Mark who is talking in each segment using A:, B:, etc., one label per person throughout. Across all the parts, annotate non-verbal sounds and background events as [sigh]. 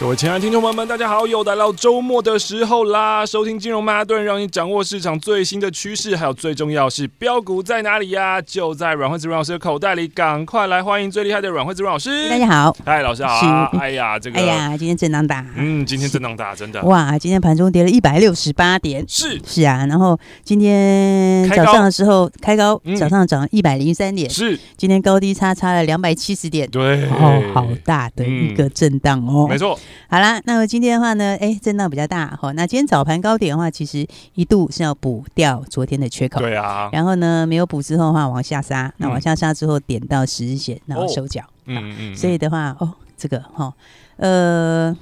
A: 各位亲爱的听众朋友们，大家好！又来到周末的时候啦，收听金融曼哈顿，让你掌握市场最新的趋势，还有最重要是标股在哪里呀、就在阮惠子阮老师的口袋里，赶快来欢迎最厉害的阮惠子阮老师。
B: 大家好，
A: 嗨，老师好啊！
B: 是
A: 哎呀，这个，
B: 哎呀，今天震荡大，
A: 嗯，今天震荡大，真的
B: 哇，今天盘中跌了一百六十八点，
A: 是
B: 是啊，然后今天
A: 开高
B: 早上的时候开高
A: 嗯，
B: 早上涨一百零三点，
A: 是，
B: 今天高低差差了两百七十点。
A: 对，嗯
B: 哦，好大的一个震荡哦！
A: 没错，
B: 好啦，那么今天的话呢，哎，震荡比较大哈、哦。那今天早盘高点的话，其实一度是要补掉昨天的缺口，
A: 对啊，
B: 然后呢没有补之后的话往下杀，那往下杀之后点到十日线，然后
A: 哦
B: 收脚。
A: 嗯嗯，
B: 所以的话，哦，这个哈、呃，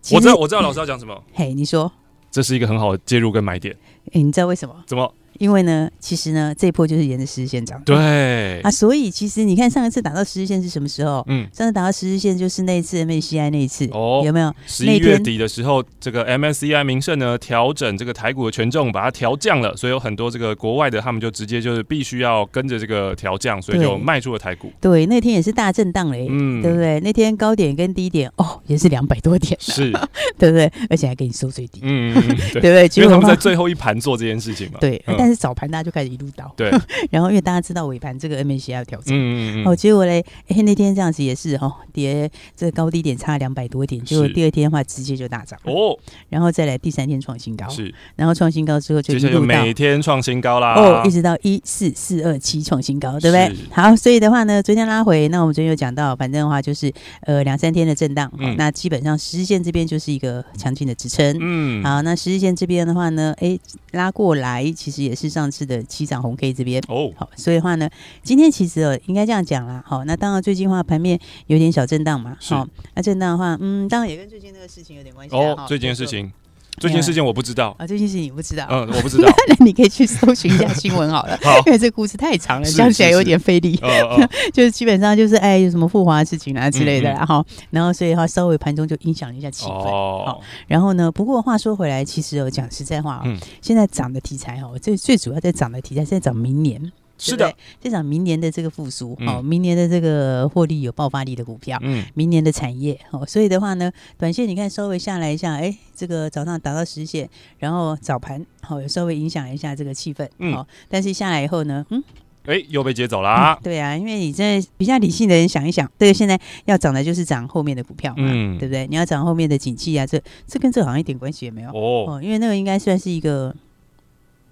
B: 其
A: 我知道，
B: 实
A: 我知道老师要讲什么，
B: 嘿，你说，
A: 这是一个很好的介入跟买点，
B: 诶，你知道为什么？
A: 怎么？
B: 因为呢，其实呢，这一波就是沿着十日线涨
A: 对
B: 啊，，所以其实你看上一次打到十日线是什么时候？
A: 嗯，
B: 上次打到十日线就是那一次 MACI 那一次，
A: 哦
B: 有没有？
A: 十一
B: 那
A: 月
B: 天
A: 底的时候，这个 MSCI 名胜呢调整这个台股的权重，把它调降了，所以有很多这个国外的他们就直接就是必须要跟着这个调降，所以
B: 对
A: 就卖出了台股。
B: 对，那天也是大震荡嘞、
A: 嗯
B: 对不对？那天高点跟低点哦，也是两百
A: [laughs]
B: 多点，
A: 是，
B: 对不对？而且还给你收最低，
A: 嗯，
B: [laughs]
A: 对，
B: 对不对？
A: 因
B: 结
A: 为
B: 果
A: 他
B: 的
A: 们
B: 话
A: 在最后一盘做这件事情嘛。
B: [laughs] 对、
A: 嗯
B: 但是早盘大家就开始一路倒，
A: 对，
B: [laughs] 然后因为大家知道尾盘这个 MACI 要调整。
A: 嗯嗯
B: 哦，
A: 嗯，
B: 结果嘞，哎，那天这样子也是哦，跌这个高低点差两百多点，结果
A: 是
B: 第二天的话直接就大涨，
A: 哦，
B: 然后再来第三天创新高，
A: 是，
B: 然后创新高之后就
A: 接
B: 一
A: 下来就
B: 路到
A: 每天创新高啦。
B: 哦，一直到一四四二七创新高，对不对
A: 是？
B: 好，所以的话呢，昨天拉回，那我们昨天有讲到，反正的话就是呃两三天的震荡，哦
A: 嗯
B: 那基本上十日线这边就是一个强劲的支撑。
A: 嗯，
B: 好，那十日线这边的话呢，哎，拉过来其实也是上次的七涨红 K 这边，
A: 哦，
B: 好，所以的话呢，今天其实哦，应该这样讲啦。好，那当然最近的话盘面有点小震荡嘛。
A: 是
B: 好，那震荡的话，嗯，当然也跟最近那个事情有点关系啦。
A: 哦
B: 哈，
A: 最近的事
B: 比如说
A: 情，最近的事情我不知
B: [laughs]
A: 道，
B: 啊，最近事情你不知道， [laughs]
A: 嗯，我不知道，
B: 那你可以去搜寻一下新
A: [laughs]。
B: 闻好了
A: 好
B: [laughs] 因为这故事太长了，
A: 是
B: 讲起来
A: 是
B: 有点费力。 [laughs]
A: 呃呃，
B: 就是基本上就是哎，有什么复华的事情啊之类的
A: 嗯嗯
B: 啦，然后然后所以的话稍微盘中就影响了一下气氛。
A: 哦，
B: 然后呢，不过话说回来，其实哦，讲实在话、哦，
A: 嗯
B: 现在涨的题材哦，最最主要在涨的题材是在涨明年。
A: 是
B: 对不
A: 的
B: 对，，这场明年的这个复苏，
A: 嗯
B: 哦，明年的这个获利有爆发力的股票，
A: 嗯，
B: 明年的产业，哦，所以的话呢，短线你看稍微下来一下，哎，这个早上达到十线，然后早盘，哦，有稍微影响一下这个气氛，
A: 嗯
B: 哦，但是下来以后呢，嗯，
A: 哎，又被接走啦
B: 嗯。对啊，因为你这比较理性的人想一想，这个现在要涨的就是涨后面的股票嘛，
A: 嗯
B: 对不对？你要涨后面的景气啊，这这跟这好像一点关系也没有，
A: 哦，
B: 哦，因为那个应该算是一个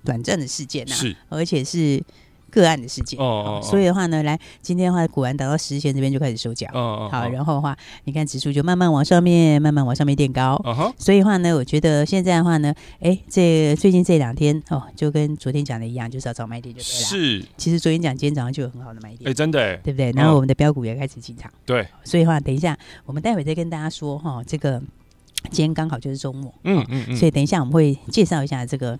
B: 短暂的事件啊呐、
A: 是，
B: 而且是个案的事件。
A: 哦
B: 哦，所以，的话呢，来今天的话，果然达到十线这边就开始收脚。
A: 嗯嗯，
B: 好，
A: 嗯
B: 然后的话，你看指数就慢慢往上面，慢慢往上面垫高。
A: 嗯哼，
B: 所以的话呢，我觉得现在的话呢，哎，这最近这两天哦，就跟昨天讲的一样，就是要找买点就对了。，
A: 是，
B: 其实昨天讲今天早上就有很好的买点，
A: 哎，真的哎，
B: 对不对？
A: 嗯
B: 然后我们的标股也开始进场。
A: 对，
B: 所以的话，等一下我们待会再跟大家说哈、这个今天刚好就是周末，
A: 嗯嗯嗯，
B: 所以等一下我们会介绍一下这个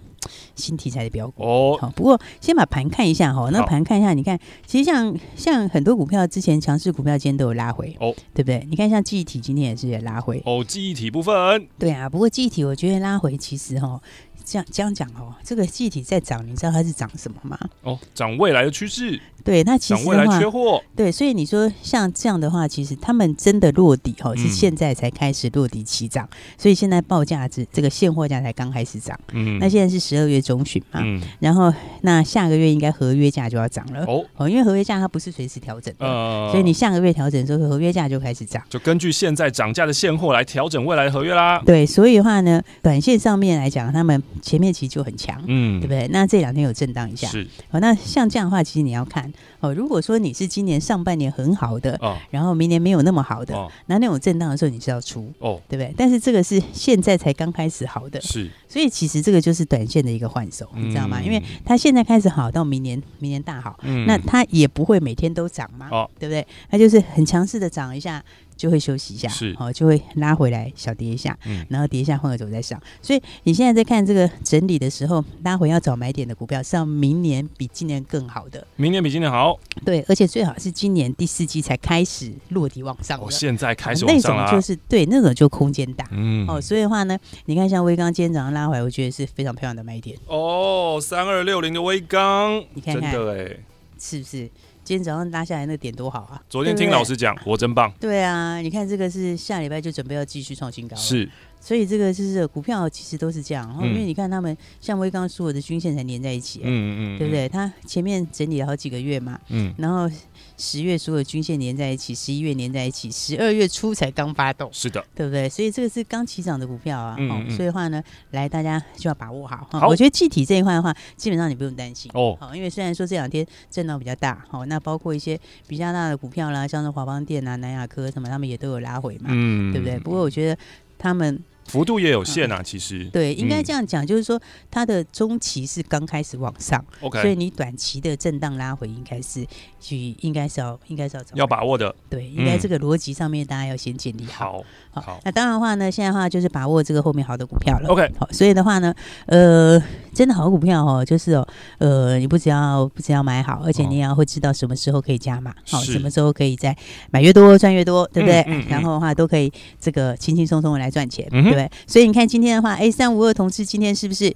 B: 新题材的标股。
A: 哦，
B: 好，不过先把盘看一下哈，那
A: 好
B: 盘看一下，你看，其实像像很多股票之前强势股票今天都有拉回，
A: 哦，
B: 对不对？你看像记忆体今天也是也拉回，
A: 哦，记忆体部分，
B: 对啊。不过记忆体我觉得拉回其实哈，这样这样讲哦，这个记忆体在涨，你知道它是涨什么吗？
A: 哦，涨未来的趋势，
B: 对，那其
A: 涨
B: 实
A: 未
B: 的
A: 来
B: 话
A: 缺，哦货，
B: 对，所以你说像这样的话，其实他们真的落底哦，是
A: 嗯
B: 现在才开始落底起涨，所以现在报价值这个现货价才刚开始涨，
A: 嗯
B: 那现在是十二月中旬嘛，
A: 嗯，
B: 然后那下个月应该合约价就要涨了。
A: 哦，
B: 哦，因为合约价它不是随时调整的，
A: 呃，
B: 所以你下个月调整之后，合约价就开始涨。
A: 就根据现在涨价的现货来调整未来的合约啦，
B: 对，所以的话呢，短线上面来讲，他们前面其实就很强，
A: 嗯
B: 对不，对？那这两天有震荡一下，
A: 是
B: 哦，那像这样的话，其实你要看哦，如果说你是今年上半年很好的，
A: 啊，
B: 然后明年没有那么好的，
A: 哦
B: 那那种震荡的时候，你是要出。
A: 哦，
B: 对不对？但是这个是现在才刚开始好的，
A: 是，
B: 所以其实这个就是短线的一个换手，你知道吗？因为它现在开始好，到明年明年大好，
A: 嗯
B: 那它也不会每天都涨嘛，
A: 哦
B: 对不对？它就是很强势的涨一下，就会休息一下，
A: 是
B: 哦，就会拉回来小跌一下，
A: 嗯
B: 然后跌一下换个走再上。所以你现在在看这个整理的时候，拉回要找买点的股票是要明年比今年更好的，
A: 明年比今年好，
B: 对，而且最好是今年第四季才开始落地往上的，
A: 我哦现在开始
B: 那
A: 往上
B: 种
A: 啦
B: 就。是对那种就空间大。
A: 嗯，
B: 哦，所以的话呢，你看像微刚今天早上拉回来，我觉得是非常漂亮的买点，
A: 哦，三二六零的微钢，
B: 你看看
A: 真的哎，
B: 是不是？今天早上拉下来那点多好啊！
A: 昨天
B: 对
A: 听
B: 不对
A: 老师讲，我真棒，
B: 对啊，你看这个是下礼拜就准备要继续创新高了，，
A: 是
B: 所以这个就是股票其实都是这样，哦
A: 嗯
B: 因为你看他们像威刚所有的均线才连在一起，
A: 嗯嗯，
B: 对不？对？它前面整理了好几个月嘛，
A: 嗯，
B: 然后十月所有均线连在一起，十一月连在一起，十二月初才刚发动，
A: 是的，
B: 对不对？所以这个是刚起涨的股票啊，
A: 嗯
B: 哦
A: 嗯嗯
B: 所以的话呢，来大家就要把握好哈、
A: 好
B: 我觉得气体这一块的话，基本上你不用担心。
A: 哦，
B: 好，因为虽然说这两天震荡比较大，好，那包括一些比较大的股票啦，像是华邦电啊、南亚科什么，他们也都有拉回嘛，
A: 嗯
B: 对不对？不过我觉得他们
A: 幅度也有限啊，其实
B: 对应该
A: 嗯
B: 这样讲，就是说它的中期是刚开始往上，所以
A: ，OK，
B: 你短期的震荡拉回应该是去，应该是要应该是要走
A: 要把握的，
B: 对，应该
A: 嗯
B: 这个逻辑上面大家要先建立好。
A: 好，好
B: 那当然的话呢，现在的话就是把握这个后面好的股票了。
A: ，OK，
B: 好，所以的话呢，呃，真的好股票哦，就是哦，呃，你不只要不只要买好，而且你也要会知道什么时候可以加码，好、
A: 哦是
B: 什么时候可以再买越多赚越多，对不对？
A: 嗯嗯
B: 然后的话都可以这个轻轻松松的来赚钱，
A: 嗯哼
B: 对不对？所以你看今天的话，哎，三五二同志今天是不是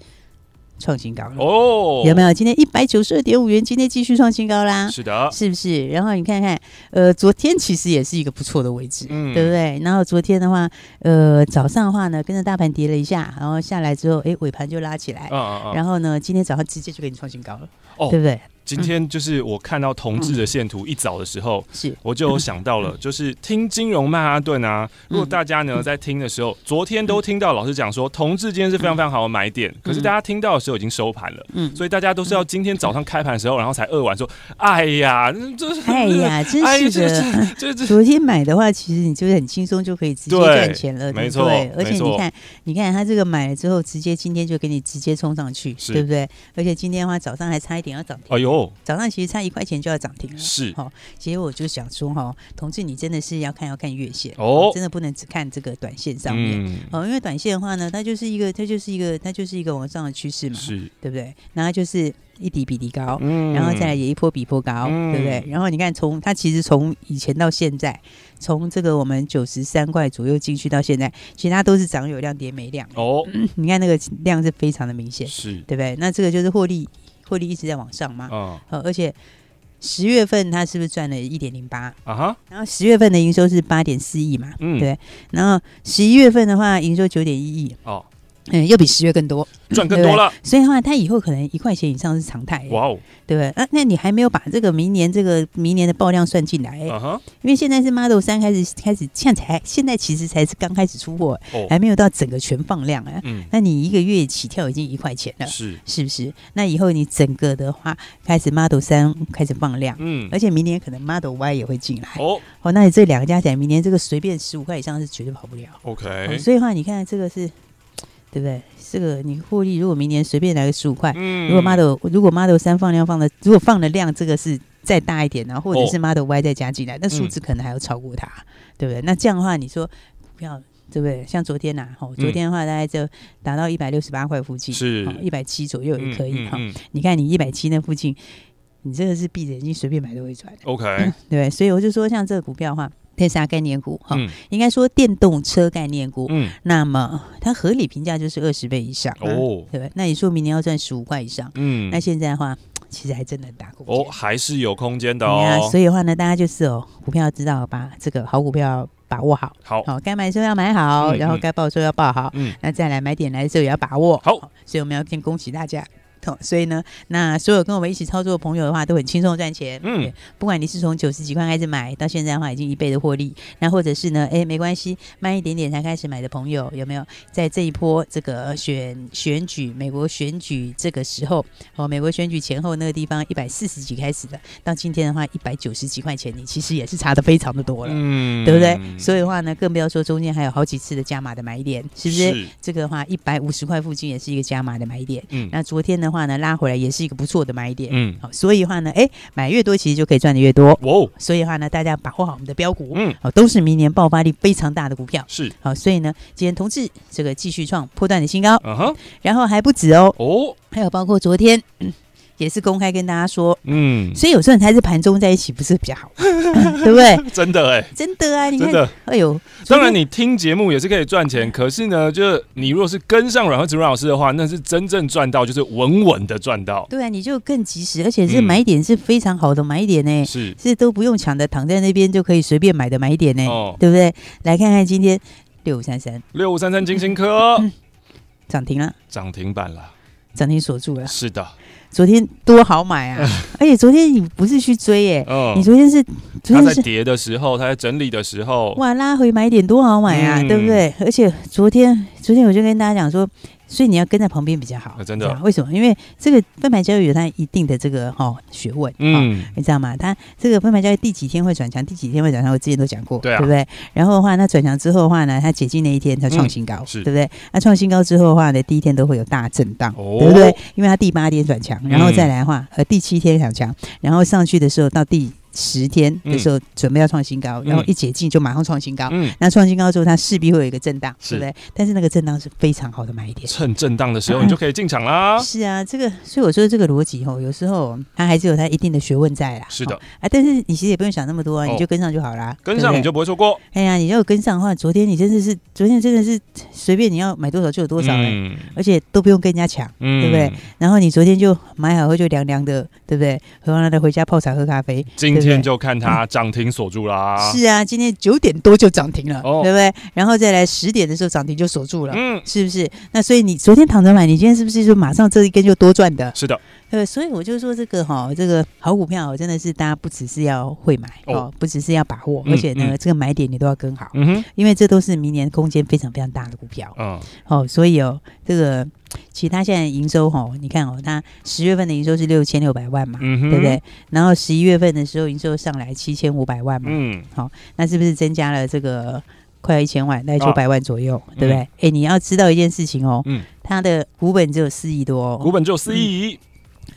B: 创新高了？
A: 哦，
B: 有没有？今天一百九十二点五元，今天继续创新高啦。
A: 是啊的，
B: 是不是？然后你看看，呃，昨天其实也是一个不错的位置，
A: 嗯
B: 对不对？然后昨天的话，呃，早上的话呢，跟着大盘跌了一下，然后下来之后，哎，尾盘就拉起来。
A: 啊啊啊！
B: 然后呢，今天早上直接就给你创新高了，
A: 哦
B: 对不对？
A: 今天就是我看到同志的线图一早的时候，
B: 是
A: 我就有想到了，就是听金融曼哈顿啊。如果大家呢在听的时候，昨天都听到老师讲说，同志今天是非常非常好的买点，可是大家听到的时候已经收盘了，
B: 嗯
A: 所以大家都是要今天早上开盘的时候，然后才饿完说，哎呀，这是
B: 哎，呀，
A: [laughs]
B: 真
A: 哎，
B: 是
A: 这
B: 的。
A: 这这这，
B: 昨天买的话，其实你就很轻松就可以直接
A: 对
B: 赚钱了，
A: 没
B: 对不
A: 错
B: 对？而且
A: 没错
B: 你看，你看他这个买了之后，直接今天就给你直接冲上去，
A: 是
B: 对不对？而且今天的话，早上还差一点要涨停，
A: 哎呦，
B: 早上其实差一块钱就要涨停了。
A: 是
B: 好、结果我就想说哈、同志，你真的是要看要看月线
A: 哦
B: 真的不能只看这个短线上面。
A: 嗯，
B: 哦，因为短线的话呢，它就是一个，它就是一个，它就是一个往上的趋势嘛，
A: 是，
B: 对不对？然后就是一底比底高，
A: 嗯
B: 然后再来也一波比一波高，
A: 嗯
B: 对不对？然后你看从，它其实从以前到现在，从这个我们九十三块左右进去到现在，其实它都是涨有量跌没量。
A: 哦，
B: 你看那个量是非常的明显，
A: 是，
B: 对不对？那这个就是获利，获利一直在往上嘛。
A: 嗯
B: 呃，而且十月份它是不是赚了一点零八？
A: 啊哈，
B: 然后十月份的营收是八点四亿嘛，
A: 嗯，
B: 对然后十一月份的话营收九点一亿，
A: 哦，
B: 嗯，又比十月更多，
A: 赚更多了，
B: 所以的话，它以后可能一块钱以上是常态，
A: 哇哦，
B: 对不对？那、那你还没有把这个明年这个明年的爆量算进来、
A: 啊哈，
B: 因为现在是 Model 三开始开始，现在才现在其实才是刚开始出货，
A: 哦，
B: 还没有到整个全放量啊。
A: 嗯，
B: 那你一个月起跳已经一块钱了，
A: 是，
B: 是不是？那以后你整个的话，开始 Model 三开始放量，
A: 嗯，
B: 而且明年可能 Model Y 也会进来。
A: 哦
B: 哦，那你这两个加起来，明年这个随便十五块以上是绝对跑不了。哦
A: ，OK，
B: 所以的话，你看这个是，对不对？这个你获利，如果明年随便来个十五块，
A: 嗯
B: 如果 Model 如果 Model 三放量放的，如果放的量这个是再大一点呢、
A: 哦
B: 或者是 Model Y 再加进来，那数
A: 嗯
B: 字可能还要超过它，对不对？那这样的话，你说股票对不对？像昨天呐、哦，昨天的话大概就达到一百六十八块附近，
A: 嗯
B: 哦
A: 是
B: 一百七左右也可以哈、
A: 嗯嗯嗯
B: 你看你一百七那附近，你这个是闭着眼睛随便买都会赚。
A: OK，
B: 嗯对不对，所以我就说，像这个股票的话，特斯拉概念股哈、
A: 嗯
B: 应该说电动车概念股，
A: 嗯，
B: 那么它合理评价就是二十倍以上、啊，
A: 哦，
B: 对不对？那你说明年要赚十五块以上，
A: 嗯，
B: 那现在的话，其实还真的很大空间
A: 哦，还是有空间的
B: 对啊
A: 哦。
B: 所以的话呢，大家就是哦，股票知道把这个好股票把握好，
A: 好，
B: 好、该买的时候要买好，
A: 嗯
B: 然后
A: 嗯
B: 该报的时候要报好，
A: 嗯，
B: 那再来买点来的时候也要把握。
A: 好
B: 所以我们要先恭喜大家。好所以呢，那所有跟我们一起操作的朋友的话，都很轻松地赚钱。
A: 嗯
B: 对，不管你是从九十几块开始买，到现在的话已经一倍的获利，那或者是呢，哎，没关系，慢一点点才开始买的朋友，有没有在这一波这个选选举，美国选举这个时候，哦，美国选举前后那个地方一百四十几开始的，到今天的话一百九十几块钱，你其实也是差的非常的多了。
A: 嗯
B: 对不对？所以的话呢，更不要说中间还有好几次的加码的买点，是不是？这个的话，一百五十块附近也是一个加码的买点。
A: 嗯，
B: 那昨天的的话呢，拉回来也是一个不错的买点。
A: 嗯，
B: 好、所以的话呢，哎，买越多其实就可以赚的越多。
A: 哇哦，
B: 所以的话呢，大家把握好我们的标股，
A: 嗯，
B: 好、都是明年爆发力非常大的股票。
A: 是，
B: 好、所以呢，今天同志这个继续创破断的新高，
A: 嗯哼，
B: 然后还不止哦，
A: 哦，
B: 还有包括昨天、嗯也是公开跟大家说，
A: 嗯，
B: 所以有时候你还是盘中在一起不是比
A: [laughs]
B: 较好，对不对？
A: 真的哎，
B: 真的啊，你
A: 真
B: 看，
A: 的。
B: 哎呦，昨
A: 当
B: 天
A: 然，你听节目也是可以赚钱，可是呢，就是你如果是跟上阮慧子阮老师的话，那是真正赚到，就是稳稳的赚到。
B: 对啊，你就更及时，而且这
A: 嗯
B: 买点是非常好的买点呢、
A: 是，
B: 是都不用抢的，躺在那边就可以随便买的买点呢、
A: 哦
B: 对不对？来看看今天六五三三
A: 六五三三金星科
B: 嗯涨停了，
A: 涨停板了。
B: 涨停锁住了。
A: 是的，
B: 昨天多好买
A: [laughs]
B: 啊！而且昨天你不是去追耶、
A: 嗯
B: 你，昨天是
A: 它
B: 昨
A: 在
B: 天是
A: 跌的时候，它在整理的时候，
B: 哇拉回买点多好买啊，
A: 嗯
B: 对不对？而且昨天昨天我就跟大家讲说，所以你要跟在旁边比较好，
A: 啊真的
B: 你知道为什么？因为这个分盘交易有它一定的这个哈、哦、学问，嗯。
A: 嗯，
B: 你知道吗？它这个分盘交易第几天会转强，第几天会转强，我之前都讲过，
A: 对啊
B: 不对？然后的话，那转强之后的话呢，它解禁那一天它创新高，
A: 嗯是
B: 对不对？那创新高之后的话呢，第一天都会有大震荡，
A: 哦
B: 对不对？因为它第八天转强，然后再来的话，呃，第七天转强，然后上去的时候到第十天的时候准备要创新高，然后一解禁就马上创新高。
A: 嗯，
B: 那创新高之后，它势必会有一个震荡，
A: 是
B: 对不对？但是那个震荡是非常好的买点。
A: 趁震荡的时候你就可以进场啦。
B: 是啊，这个所以我说这个逻辑吼，有时候它还是有它一定的学问在啦。
A: 是的
B: 哦，啊，但是你其实也不用想那么多啊，
A: 哦
B: 你就跟上就好啦。
A: 跟上你
B: 对不对
A: 就不会错过。
B: 哎呀，你要有跟上的话，昨天你真的是昨天真的是随便你要买多少就有多少了、
A: 嗯，
B: 而且都不用跟人家抢，
A: 对
B: 对不对？然后你昨天就买好后就凉凉的，对不对？喝完了回家泡茶喝咖啡。
A: 今
B: 对不
A: 天
B: 对
A: 就看它涨停锁住啦。
B: 是啊，今天九点多就涨停了、
A: 哦
B: 对不对？然后再来十点的时候涨停就锁住了、
A: 嗯，
B: 是不是？那所以你昨天躺着买，你今天是不是就马上这一根就多赚的？
A: 是的，
B: 对，呃所以我就说这个哈、这个好股票真的是大家不只是要会买
A: 哦
B: 哦不只是要把握，
A: 嗯
B: 而且呢、
A: 嗯
B: 这个买点你都要跟好，
A: 嗯哼，
B: 因为这都是明年空间非常非常大的股票
A: 嗯，
B: 哦。所以哦，这个其实它现在营收哈、你看哦，它十月份的营收是六千六百万嘛，
A: 嗯哼，
B: 对不对？？然后十一月份的时候营收上来七千五百万嘛，
A: 嗯，
B: 那是不是增加了这个快要一千万，大概九百万左右，对不对？
A: 哦嗯
B: 哎、你要知道一件事情哦，
A: 嗯
B: 它的股本只有四亿多
A: 股
B: 哦，
A: 本就四亿，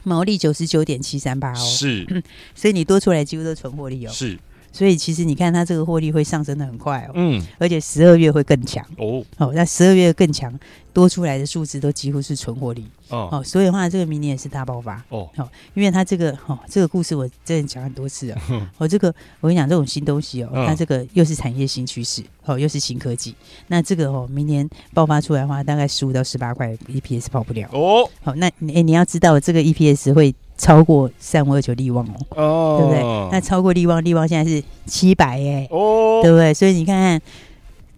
B: 毛利九十九点七三八哦，
A: 是
B: 所以你多出来几乎都是纯获利哦。
A: 是，
B: 所以其实你看它这个获利会上升的很快哦，
A: 嗯，
B: 而且十二月会更强
A: 哦，
B: 哦。那十二月更强，多出来的数字都几乎是纯获利
A: 哦，
B: 哦。所以的话，这个明年也是大爆发。
A: 哦，
B: 因为它这个哦，这个故事我真的讲很多次了。哦，这个我跟你讲，这种新东西哦，
A: 嗯
B: 它这个又是产业新趋势，哦，又是新科技。那这个哦，明年爆发出来的话，大概十五到十八块 E EPS 跑不了。
A: 哦，
B: 好、那你哎、你要知道，这个 EPS 会超过三五二九利旺哦。
A: 哦，
B: 对不对？那超过利旺，利旺现在是七百耶，
A: 哦，
B: 对不对？所以你看看，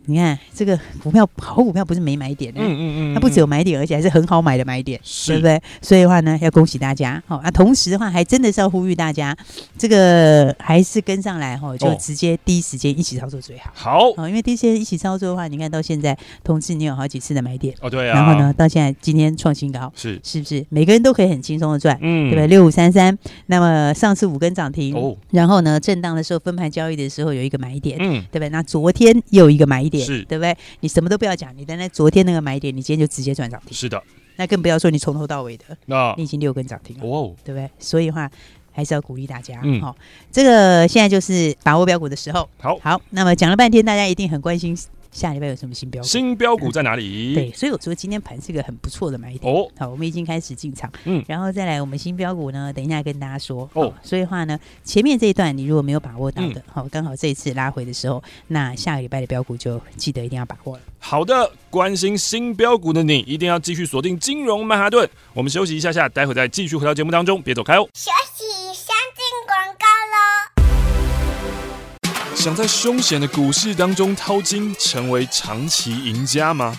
B: 你看这个股票，好股票不是没买点的、
A: 嗯嗯嗯，嗯
B: 它不只有买点，而且还是很好买的买点，对
A: 是
B: 不对？所以的话呢，要恭喜大家。好、啊，同时的话，还真的是要呼吁大家，这个还是跟上来哈、哦，就
A: 哦嗯
B: 直接第一时间一起操作最好。
A: 好
B: 哦，因为第一时间一起操作的话，你看到现在，同志你有好几次的买点，
A: 哦，对啊，
B: 然后呢，到现在今天创新高，
A: 是，
B: 是不是每个人都可以很轻松的赚？
A: 嗯
B: 对不对？六五三三，那么上次五根涨停，
A: 哦，
B: 然后呢，震荡的时候分盘交易的时候有一个买点，
A: 嗯，
B: 对不对？那昨天又有一个买点，
A: 是
B: 对不对？你什么都不要讲，你单单昨天那个买点，你今天就直接赚涨停，
A: 是的，
B: 那更不要说你从头到尾的，
A: 那
B: 你已经六根涨停了，
A: 哦，
B: 对不对？所以的话。还是要鼓励大家，
A: 嗯
B: 好、这个现在就是把握标股的时候。
A: 好，
B: 好，那么讲了半天，大家一定很关心下礼拜有什么新标股。
A: 新标股在哪里？
B: 对，，所以我说今天盘是个很不错的买点。
A: 哦，
B: 好，我们已经开始进场，
A: 嗯
B: 嗯，然后再来我们新标股呢，等一下跟大家说
A: 哦嗯
B: 哦。所以的话呢，前面这一段你如果没有把握到的，好、刚好这一次拉回的时候，那下个礼拜的标股就记得一定要把握了。
A: 好的，关心新标股的你，一定要继续锁定金融曼哈顿。我们休息一下下，待会再继续回到节目当中，别走开哦。
C: 休息，上进广告喽。
A: 想在凶险的股市当中淘金，成为长期赢家吗？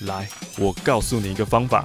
A: 来，我告诉你一个方法。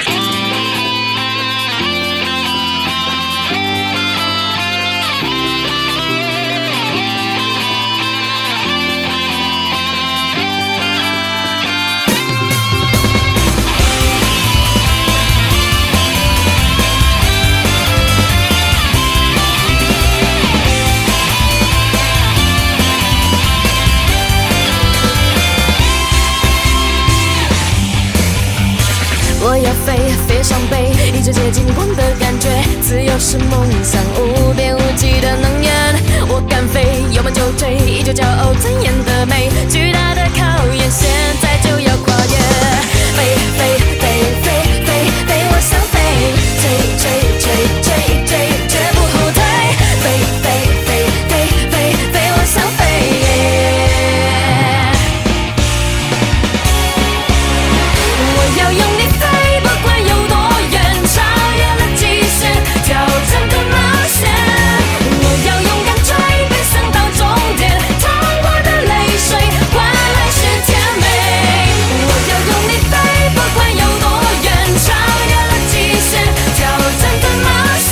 D: 我要飞，飞上北，一直接近光的感觉。自由是梦想，无边无际的能源。我敢飞，有梦就追，依旧骄傲尊严的美。巨大的考验，现在就要跨越。飞飞飞飞飞飞，我想飞，追追追追追，绝不后退。飞飞飞飞飞飞，我想飞。我要用力飞，不管有多远，超越了极限，挑战更冒险。我要勇敢追，奔向到终点，淌过的泪水换来是甜美。我要用力飞，不管有多远，超越了极限，挑战更冒险。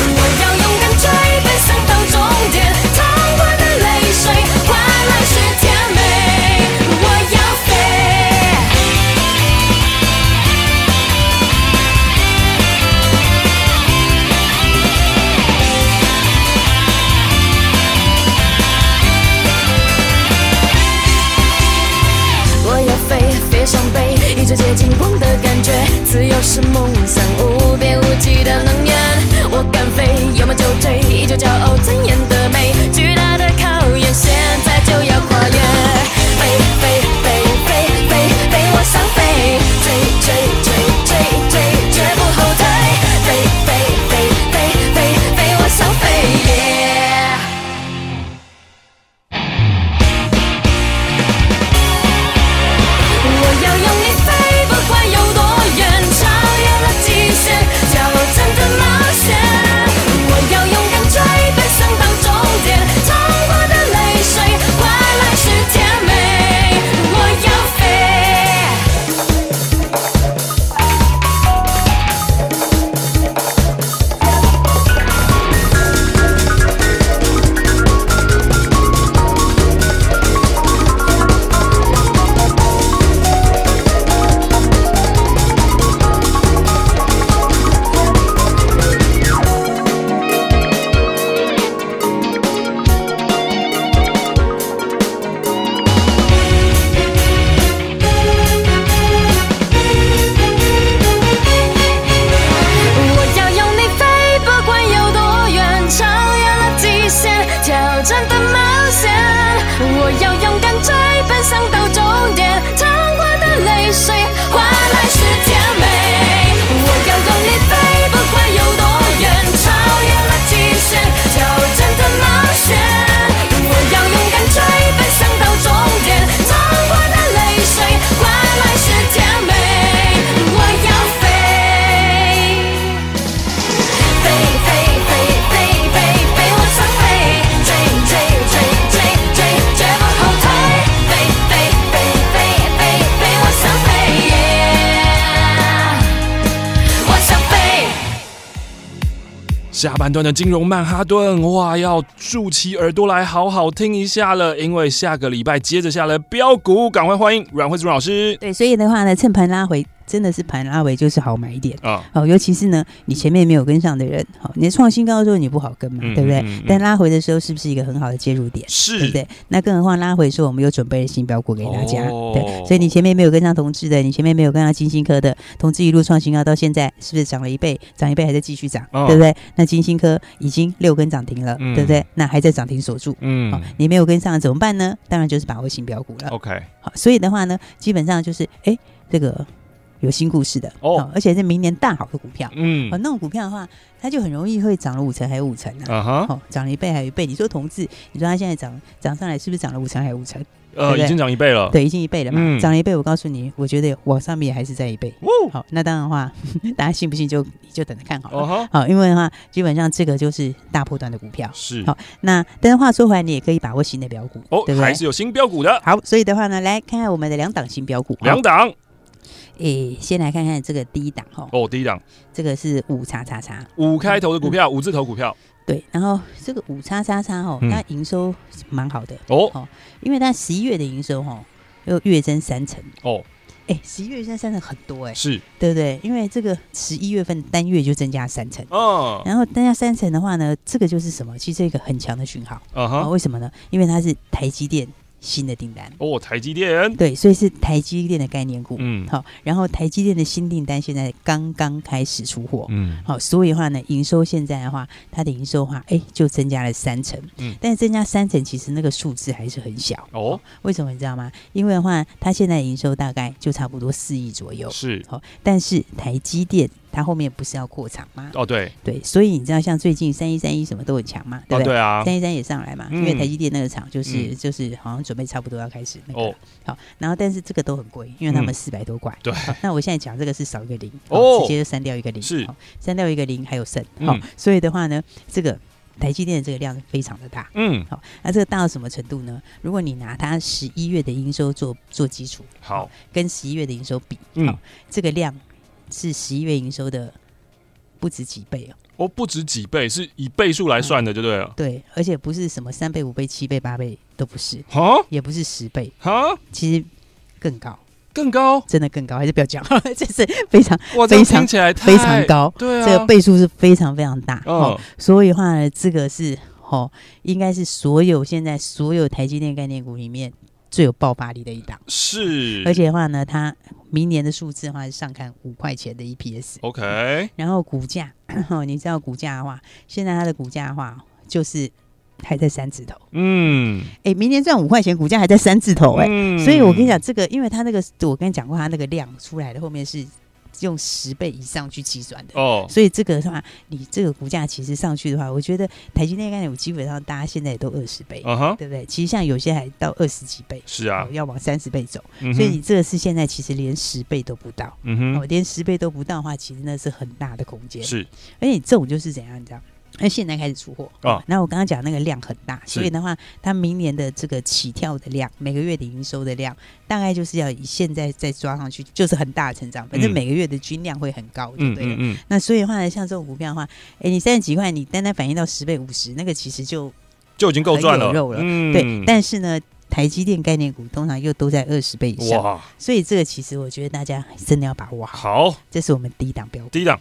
D: 我要勇敢追，奔向到终点，淌过的泪水换来是甜美。我要飞。我要飞，飞上北，一直接近光的感觉。自由是梦想，无边无际的能源。我敢飞，有梦就追，依旧骄傲尊严的美。巨大的考验，现在就要跨越。飞飞飞飞飞飞，我想飞，追追追追追，绝不后退。飞飞飞飞飞飞，我想飞。Yeah 我要用力飞，不管有多远，超越了极限，挑战的冒险。我要勇敢追，奔向到终点，淌过的泪水换来是甜美。我要飞。我要用力飞，不管有多远，超越了极限，挑战的冒险。我要勇敢追，奔向到终点，淌过的泪水换来是甜美。我要用力飞，不管有多远，超越了极限，挑战的冒险。我要勇敢追，奔向到终点，淌过的泪水换来是甜美。我要飞。飞飞飞飞飞飞，我想飞，追追追追追，绝不后退。飞飞飞飞飞飞，我想飞，我想飞。
A: 下半段的金融曼哈顿，哇，要竖起耳朵来好好听一下了，因为下个礼拜接着下来标股，赶快欢迎阮惠子阮老师
B: 对，所以的话呢，趁盘拉回，真的是盘拉回就是好买点。
A: 啊，
B: 哦，尤其是呢，你前面没有跟上的人，好、你创新高的时候你不好跟嘛，
A: 嗯
B: 对不对？
A: 嗯嗯
B: 但拉回的时候是不是一个很好的介入点？对
A: 是
B: 不对？那更何况拉回的时候，我们有准备了新标股给大家，
A: 哦
B: 对，所以你前面没有跟上同志的，你前面没有跟上金星科的，同志一路创新高到现在，是不是涨了一倍？涨一倍还在继续涨，
A: 哦
B: 对不对？那金星科已经六根涨停了，
A: 嗯
B: 对不对？那还在涨停锁住。
A: 嗯
B: 好、你没有跟上怎么办呢？当然就是把握新标股了。
A: ，OK，
B: 好，所以的话呢，基本上就是哎，这个有新故事的
A: 哦
B: 而且是明年大好的股票。
A: 嗯
B: 哦，那种股票的话，它就很容易会涨了五成还有五成啊。
A: 啊哈，
B: 哦，涨了一倍还有一倍。你说同志，你说它现在涨涨上来，是不是涨了五成还有五成？对
A: 呃，
B: 不对
A: 已经涨一倍了，，
B: 对，已经一倍了嘛，
A: 嗯
B: 涨了一倍。我告诉你，我觉得往上面还是在一倍。
A: 哦，
B: 好，那当然的话， [laughs] 大家信不信就你就等着看好了。
A: 啊哈，
B: 好，因为的话，基本上这个就是大波段的股票。
A: 是，
B: 好，那但是话说回来，你也可以把握新的标股，
A: 哦
B: 对，不
A: 还
B: 对？
A: 是有新标股的，
B: 好，所以的话呢，来看看我们的两档新标股。
A: 两
B: 好，
A: 档，
B: 诶，先来看看这个第一档哈，
A: 哦，第一档
B: 这个是五叉叉叉，
A: 五开头的股
B: 嗯
A: 票，五字头股票，
B: 对，然后这个五叉叉叉哦，
A: 嗯
B: 它营收是蛮好的，
A: 哦
B: 因为它十一月的营收哦，又月增三成，
A: 哦，
B: 哎，十一月增三成很多哎，
A: 是，
B: 对不对？因为这个十一月份单月就增加三成。
A: 嗯，
B: 然后增加三成的话呢，这个就是什么？其实这个很强的讯号
A: 啊
B: 啊、
A: 哈，
B: 为什么呢？因为它是台积电新的订单，
A: 哦，台积电，
B: 对，所以是台积电的概念股。
A: 嗯
B: 好，然后台积电的新订单现在刚刚开始出货。
A: 嗯，
B: 好，所以的话呢，营收现在的话，它的营收的话，哎，就增加了三成。
A: 嗯
B: 但是增加三成，其实那个数字还是很小。
A: 哦，
B: 为什么你知道吗？因为的话，它现在的营收大概就差不多四亿左右。
A: 是，
B: 好，但是台积电它后面不是要扩厂吗？
A: 哦，对，
B: 对，所以你知道，像最近三一三一什么都很强嘛，对
A: 哦，
B: 不对？
A: 对啊，
B: 三一三也上来嘛，
A: 嗯
B: 因为台积电那个厂就是、
A: 嗯
B: 就是好像准备差不多要开始那个了、
A: 哦
B: 好，然后但是这个都很贵，因为他们
A: 嗯
B: 四百多块。
A: 对
B: 好那我现在讲这个是少一个零，
A: 哦
B: 直接就删掉一个零，
A: 是
B: 好删掉一个零还有剩，
A: 嗯
B: 好、所以的话呢，这个台积电的这个量非常的大，
A: 嗯，
B: 好，那这个大到什么程度呢？如果你拿它十一月的营收做做基础，
A: 好，
B: 跟十一月的营收比，
A: 嗯
B: 好，这个量是十一月营收的不止几倍哦。
A: 哦，不止几倍，是以倍数来算的，
B: 嗯
A: 就对了，
B: 对，而且不是什么三倍、五倍、七倍、八倍都不是，
A: 哈
B: 也不是十倍，
A: 哈，
B: 其实更高，
A: 更高，
B: 真的更高，还是不
A: [laughs]
B: 要讲，这是非常、
A: 哇，这样
B: 非常
A: 听起来太
B: 非常高
A: 对啊，
B: 这个倍数是非常非常大。
A: 嗯
B: 哦，所以的话呢，这个是哦，应该是所有现在所有台积电概念股里面最有爆发力的一档，
A: 是，
B: 而且的话呢，它明年的数字的话是上看五块钱的 EPS，
A: OK，
B: 然后股价， [clears throat] 哦，你知道股价的话，现在它的股价的话就是还在三字头，
A: 嗯，
B: 哎，明年赚五块钱，股价还在三字头、哎、
A: 嗯
B: 所以我跟你讲，，这个因为它那个，我跟你讲过，它那个量出来的后面是用十倍以上去计算的。
A: 哦，
B: 所以这个的话，你这个股价其实上去的话，我觉得台积电概念股基本上大家现在也都二十倍，
A: 嗯哼，
B: 对不对？其实像有些还到二十几倍，
A: 是啊
B: 哦，要往三十倍走。
A: 嗯哼
B: 所以你这个是现在其实连十倍都不到，
A: 嗯
B: 哦，
A: 哼，
B: 连十倍都不到的话，其实那是很大的空间。
A: 是，
B: 而且你哎这种就是怎样，你知道？那现在开始出货
A: 哦
B: 那我刚刚讲那个量很大，
A: 是
B: 所以的话，它明年的这个起跳的量，每个月的营收的量，大概就是要以现在再抓上去，就是很大的成长。反正
A: 嗯
B: 每个月的均量会很高，对
A: 嗯
B: 不对了？
A: 嗯嗯，
B: 那所以的话呢，像这种股票的话，哎，你三十几块，你单单反映到十倍、五十，那个其实就
A: 就已经够赚了，
B: 很有肉了
A: 嗯
B: 对。但是呢，台积电概念股通常又都在二十倍以上，
A: 哇，
B: 所以这个其实我觉得大家真的要把握好。
A: 好，
B: 这是我们第一档标股，
A: 第一档，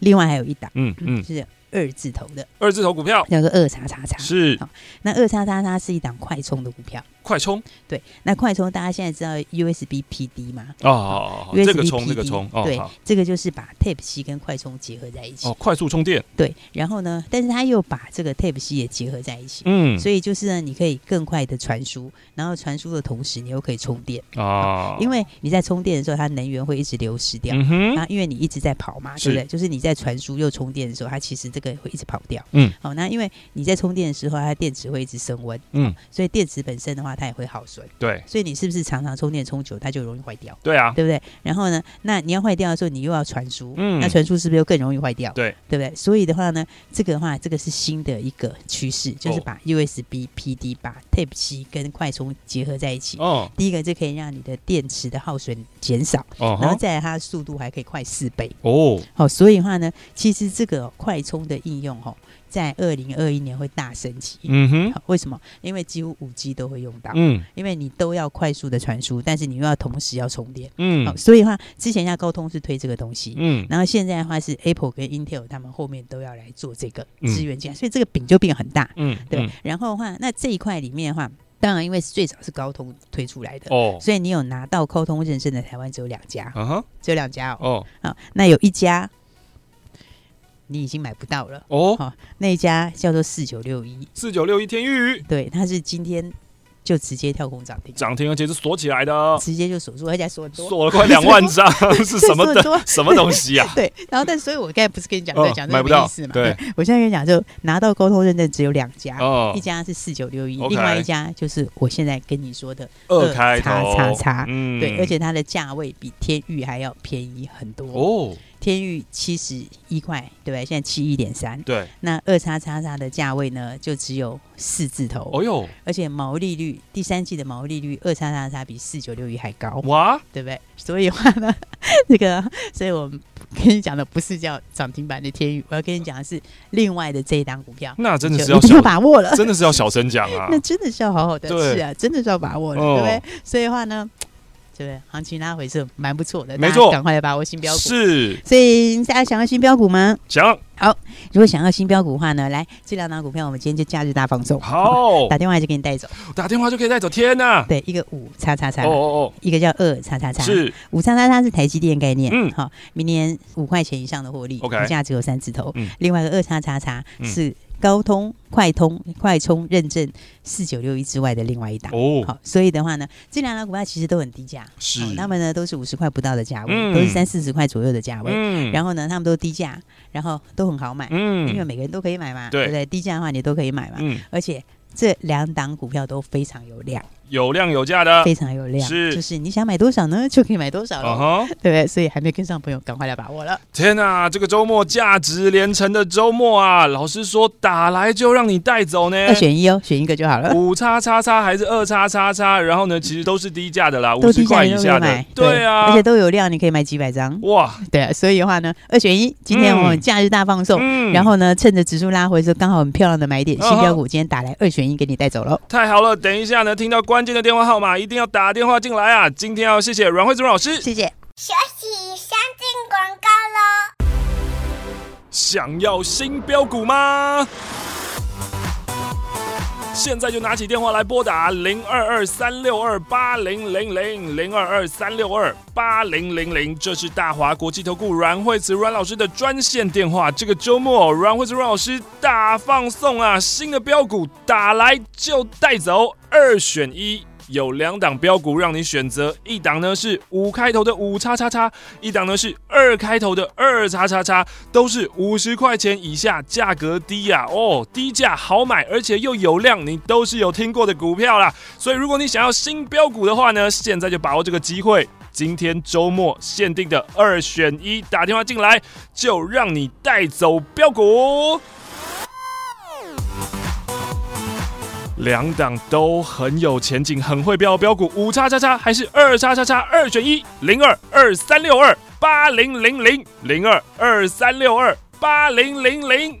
B: 另外还有一档，
A: 嗯
B: 嗯，
A: 嗯，
B: 是二字头的，
A: 二字头股票
B: 叫做二叉叉叉。
A: 是
B: 那二叉叉叉是一档快充的股票，
A: 快充
B: 对，那快充大家现在知道 USB PD 嘛？
A: 哦哦，哦
B: USB
A: 这个充
B: PD
A: 这个充，哦
B: 对
A: 好，
B: 这个就是把 Type C 跟快充结合在一起，
A: 哦，快速充电，
B: 对。然后呢，但是它又把这个 Type C 也结合在一起，
A: 嗯
B: 所以就是呢，你可以更快的传输，然后传输的同时，你又可以充电，
A: 啊，
B: 因
A: 为
B: 为你在充电的时候，它能源会一直流失掉。
A: 嗯哼，
B: 啊，因为你一直在跑嘛，对不
A: 是
B: 对？就是你在传输又充电的时候，它其实这个会一直跑掉。
A: 嗯，
B: 好、那因为你在充电的时候，它电池会一直升温，
A: 嗯，
B: 所以电池本身的话，它也会耗损。
A: 对
B: 所以你是不是常常充电充久，它就容易坏掉，
A: 对啊，
B: 对不对？然后呢，那你要坏掉的时候，你又要传输，
A: 嗯
B: 那传输是不是又更容易坏掉？
A: 对，
B: 对不对？所以的话呢，这个的话，这个是新的一个趋势，
A: 哦
B: 就是把 USB、PD、把 Type C 跟快充结合在一起。
A: 哦
B: 第一个就可以让你的电池的耗损减少，
A: 哦
B: 然
A: 哈
B: 后再来它的速度还可以快四倍。
A: 哦，
B: 好、所以的话呢，其实这个、快充的应用哦，在二零二一年会大升级。
A: 嗯哼，
B: 好为什么？因为几乎五 G 都会用到。
A: 嗯
B: 因为你都要快速的传输，但是你又要同时要充电。好、
A: 嗯
B: 所以的话，之前像高通是推这个东西，
A: 嗯，
B: 然后现在的话是 Apple 跟 Intel 他们后面都要来做这个
A: 嗯
B: 资源进来，所以这个饼就变很大，
A: 嗯
B: 对。
A: 嗯
B: 然后的话，那这一块里面的话，当然因为最早是高通推出来的。
A: 哦，
B: 所以你有拿到高通认证的台湾只有两家，
A: 啊哈，
B: 只有两家哦。
A: 哦
B: 好、那有一家你已经买不到了，
A: 哦，
B: 好那一家叫做四九六一，
A: 四九六一天域
B: 对，它是今天就直接跳空涨停，
A: 涨停，而且是锁起来的，
B: 直接就锁住，而且还锁很多。
A: 锁了快两万
B: [laughs]
A: 张，是什么的
B: 对锁很多
A: 什么东
B: [laughs]
A: 西啊？
B: 对，然后但所以，我刚才不是跟你讲
A: 哦
B: 在讲
A: 买
B: 这
A: 不
B: 个没
A: 到
B: 意思嘛？
A: 对，
B: 我现在跟你讲，就拿到沟通认证只有两家，
A: 哦
B: 一家是四九六一，
A: OK
B: 另外一家就是我现在跟你说的
A: 二开头，
B: 叉叉叉
A: 嗯
B: 对，而且它的价位比天域还要便宜很多。
A: 哦，
B: 天域七十一块，对不对？现在七一点三。
A: 对，
B: 那二叉叉叉的价位呢，就只有四字头，
A: 哦哟，
B: 而且毛利率第三季的毛利率二叉叉叉比四九六一还高，
A: 哇，
B: 对不对？所以的话呢， [laughs] 这个，所以我们跟你讲的不是叫涨停板的天宇，我要跟你讲的是另外的这一档股票，
A: 那真的是
B: 就
A: 要
B: 一定要
A: 小，
B: 把握了。
A: 真的是要小声讲啊
B: [laughs] 那，真的是要好好的，
A: 对
B: 是啊，真的是要把握了，
A: 哦
B: 对不对？所以的话呢，对不对？行情拉回是蛮不错的，
A: 没
B: 大家
A: 错
B: 赶快来把握新标股。
A: 是
B: 所以大家想要新标股吗？
A: 讲
B: 如果想要新标股的话呢，来这两档股票，我们今天就假日大放送，
A: 好，
B: 打电话就给你带走。
A: 打电话就可以带走，天呐，
B: 对，一个五叉叉叉
A: 哦，哦
B: 一个叫二叉叉
A: 哦，
B: 叉，
A: 是
B: 五叉叉叉是台积电概念，
A: 嗯
B: 嗯，好，明年五块钱以上的获利，
A: OK
B: 股价只有三字头。
A: 嗯
B: 另外一个二叉叉叉
A: 嗯
B: 是高通、快通、快充认证四九六一之外的另外一档。
A: 哦，
B: 好，所以的话呢，这两档股票其实都很低价，
A: 是
B: 好他们呢都是五十块不到的价位，
A: 嗯
B: 都是三四十块左右的价位。
A: 嗯
B: 然后呢，他们都低价，然后都很好买，
A: 嗯
B: 因为每个人都可以买嘛，
A: 对
B: 不对？低价的话你都可以买嘛，
A: 嗯，
B: 而且这两档股票都非常有量，
A: 有量有价的，
B: 非常有量，
A: 啊是
B: 就是你想买多少呢，就可以买多少了，
A: 啊哈，
B: 对不对？所以还没跟上的朋友，赶快来把握了。
A: 天呐、这个周末价值连城的周末啊，老师说打来就让你带走呢。
B: 二选一哦，选一个就好了。
A: 五叉叉叉还是二叉叉叉，然后呢，其实都是低价的啦，五
B: 都
A: 十
B: 低价
A: 块
B: 你
A: 以
B: 都可
A: 下
B: 以
A: 的
B: 买，，
A: 对啊，
B: 而且都有量，你可以买几百张，
A: 哇，
B: 对啊。所以的话呢，二选一，今天我们假日大放送，
A: 嗯
B: 哦然后呢，趁着指数拉回的时候，刚好很漂亮的买点，
A: 啊哈
B: 新标股今天打来二选一，给你带走喽。
A: 太好了，等一下呢，听到关键的电话号码一定要打电话进来啊！今天要谢谢阮慧珠老师，
B: 谢谢。
C: 学习先进广告喽。
A: 想要新标股吗？现在就拿起电话来拨打零二二三六二八零零零零二二三六二八零零零，这是大华国际投顾阮惠慈阮老师的专线电话。这个周末，阮惠慈阮老师大放送啊，新的标股打来就带走，二选一。有两档标股让你选择，一档呢是五开头的五叉叉叉，一档呢是二开头的二叉叉叉，都是五十块钱以下，价格低呀、哦，低价好买，而且又有量，你都是有听过的股票啦。所以如果你想要新标股的话呢，现在就把握这个机会。今天周末限定的二选一，打电话进来就让你带走标股。两档都很有前景，很会标标股，五叉叉叉还是二叉叉叉，二选一，零二二三六二八零零零零二二三六二八零零零。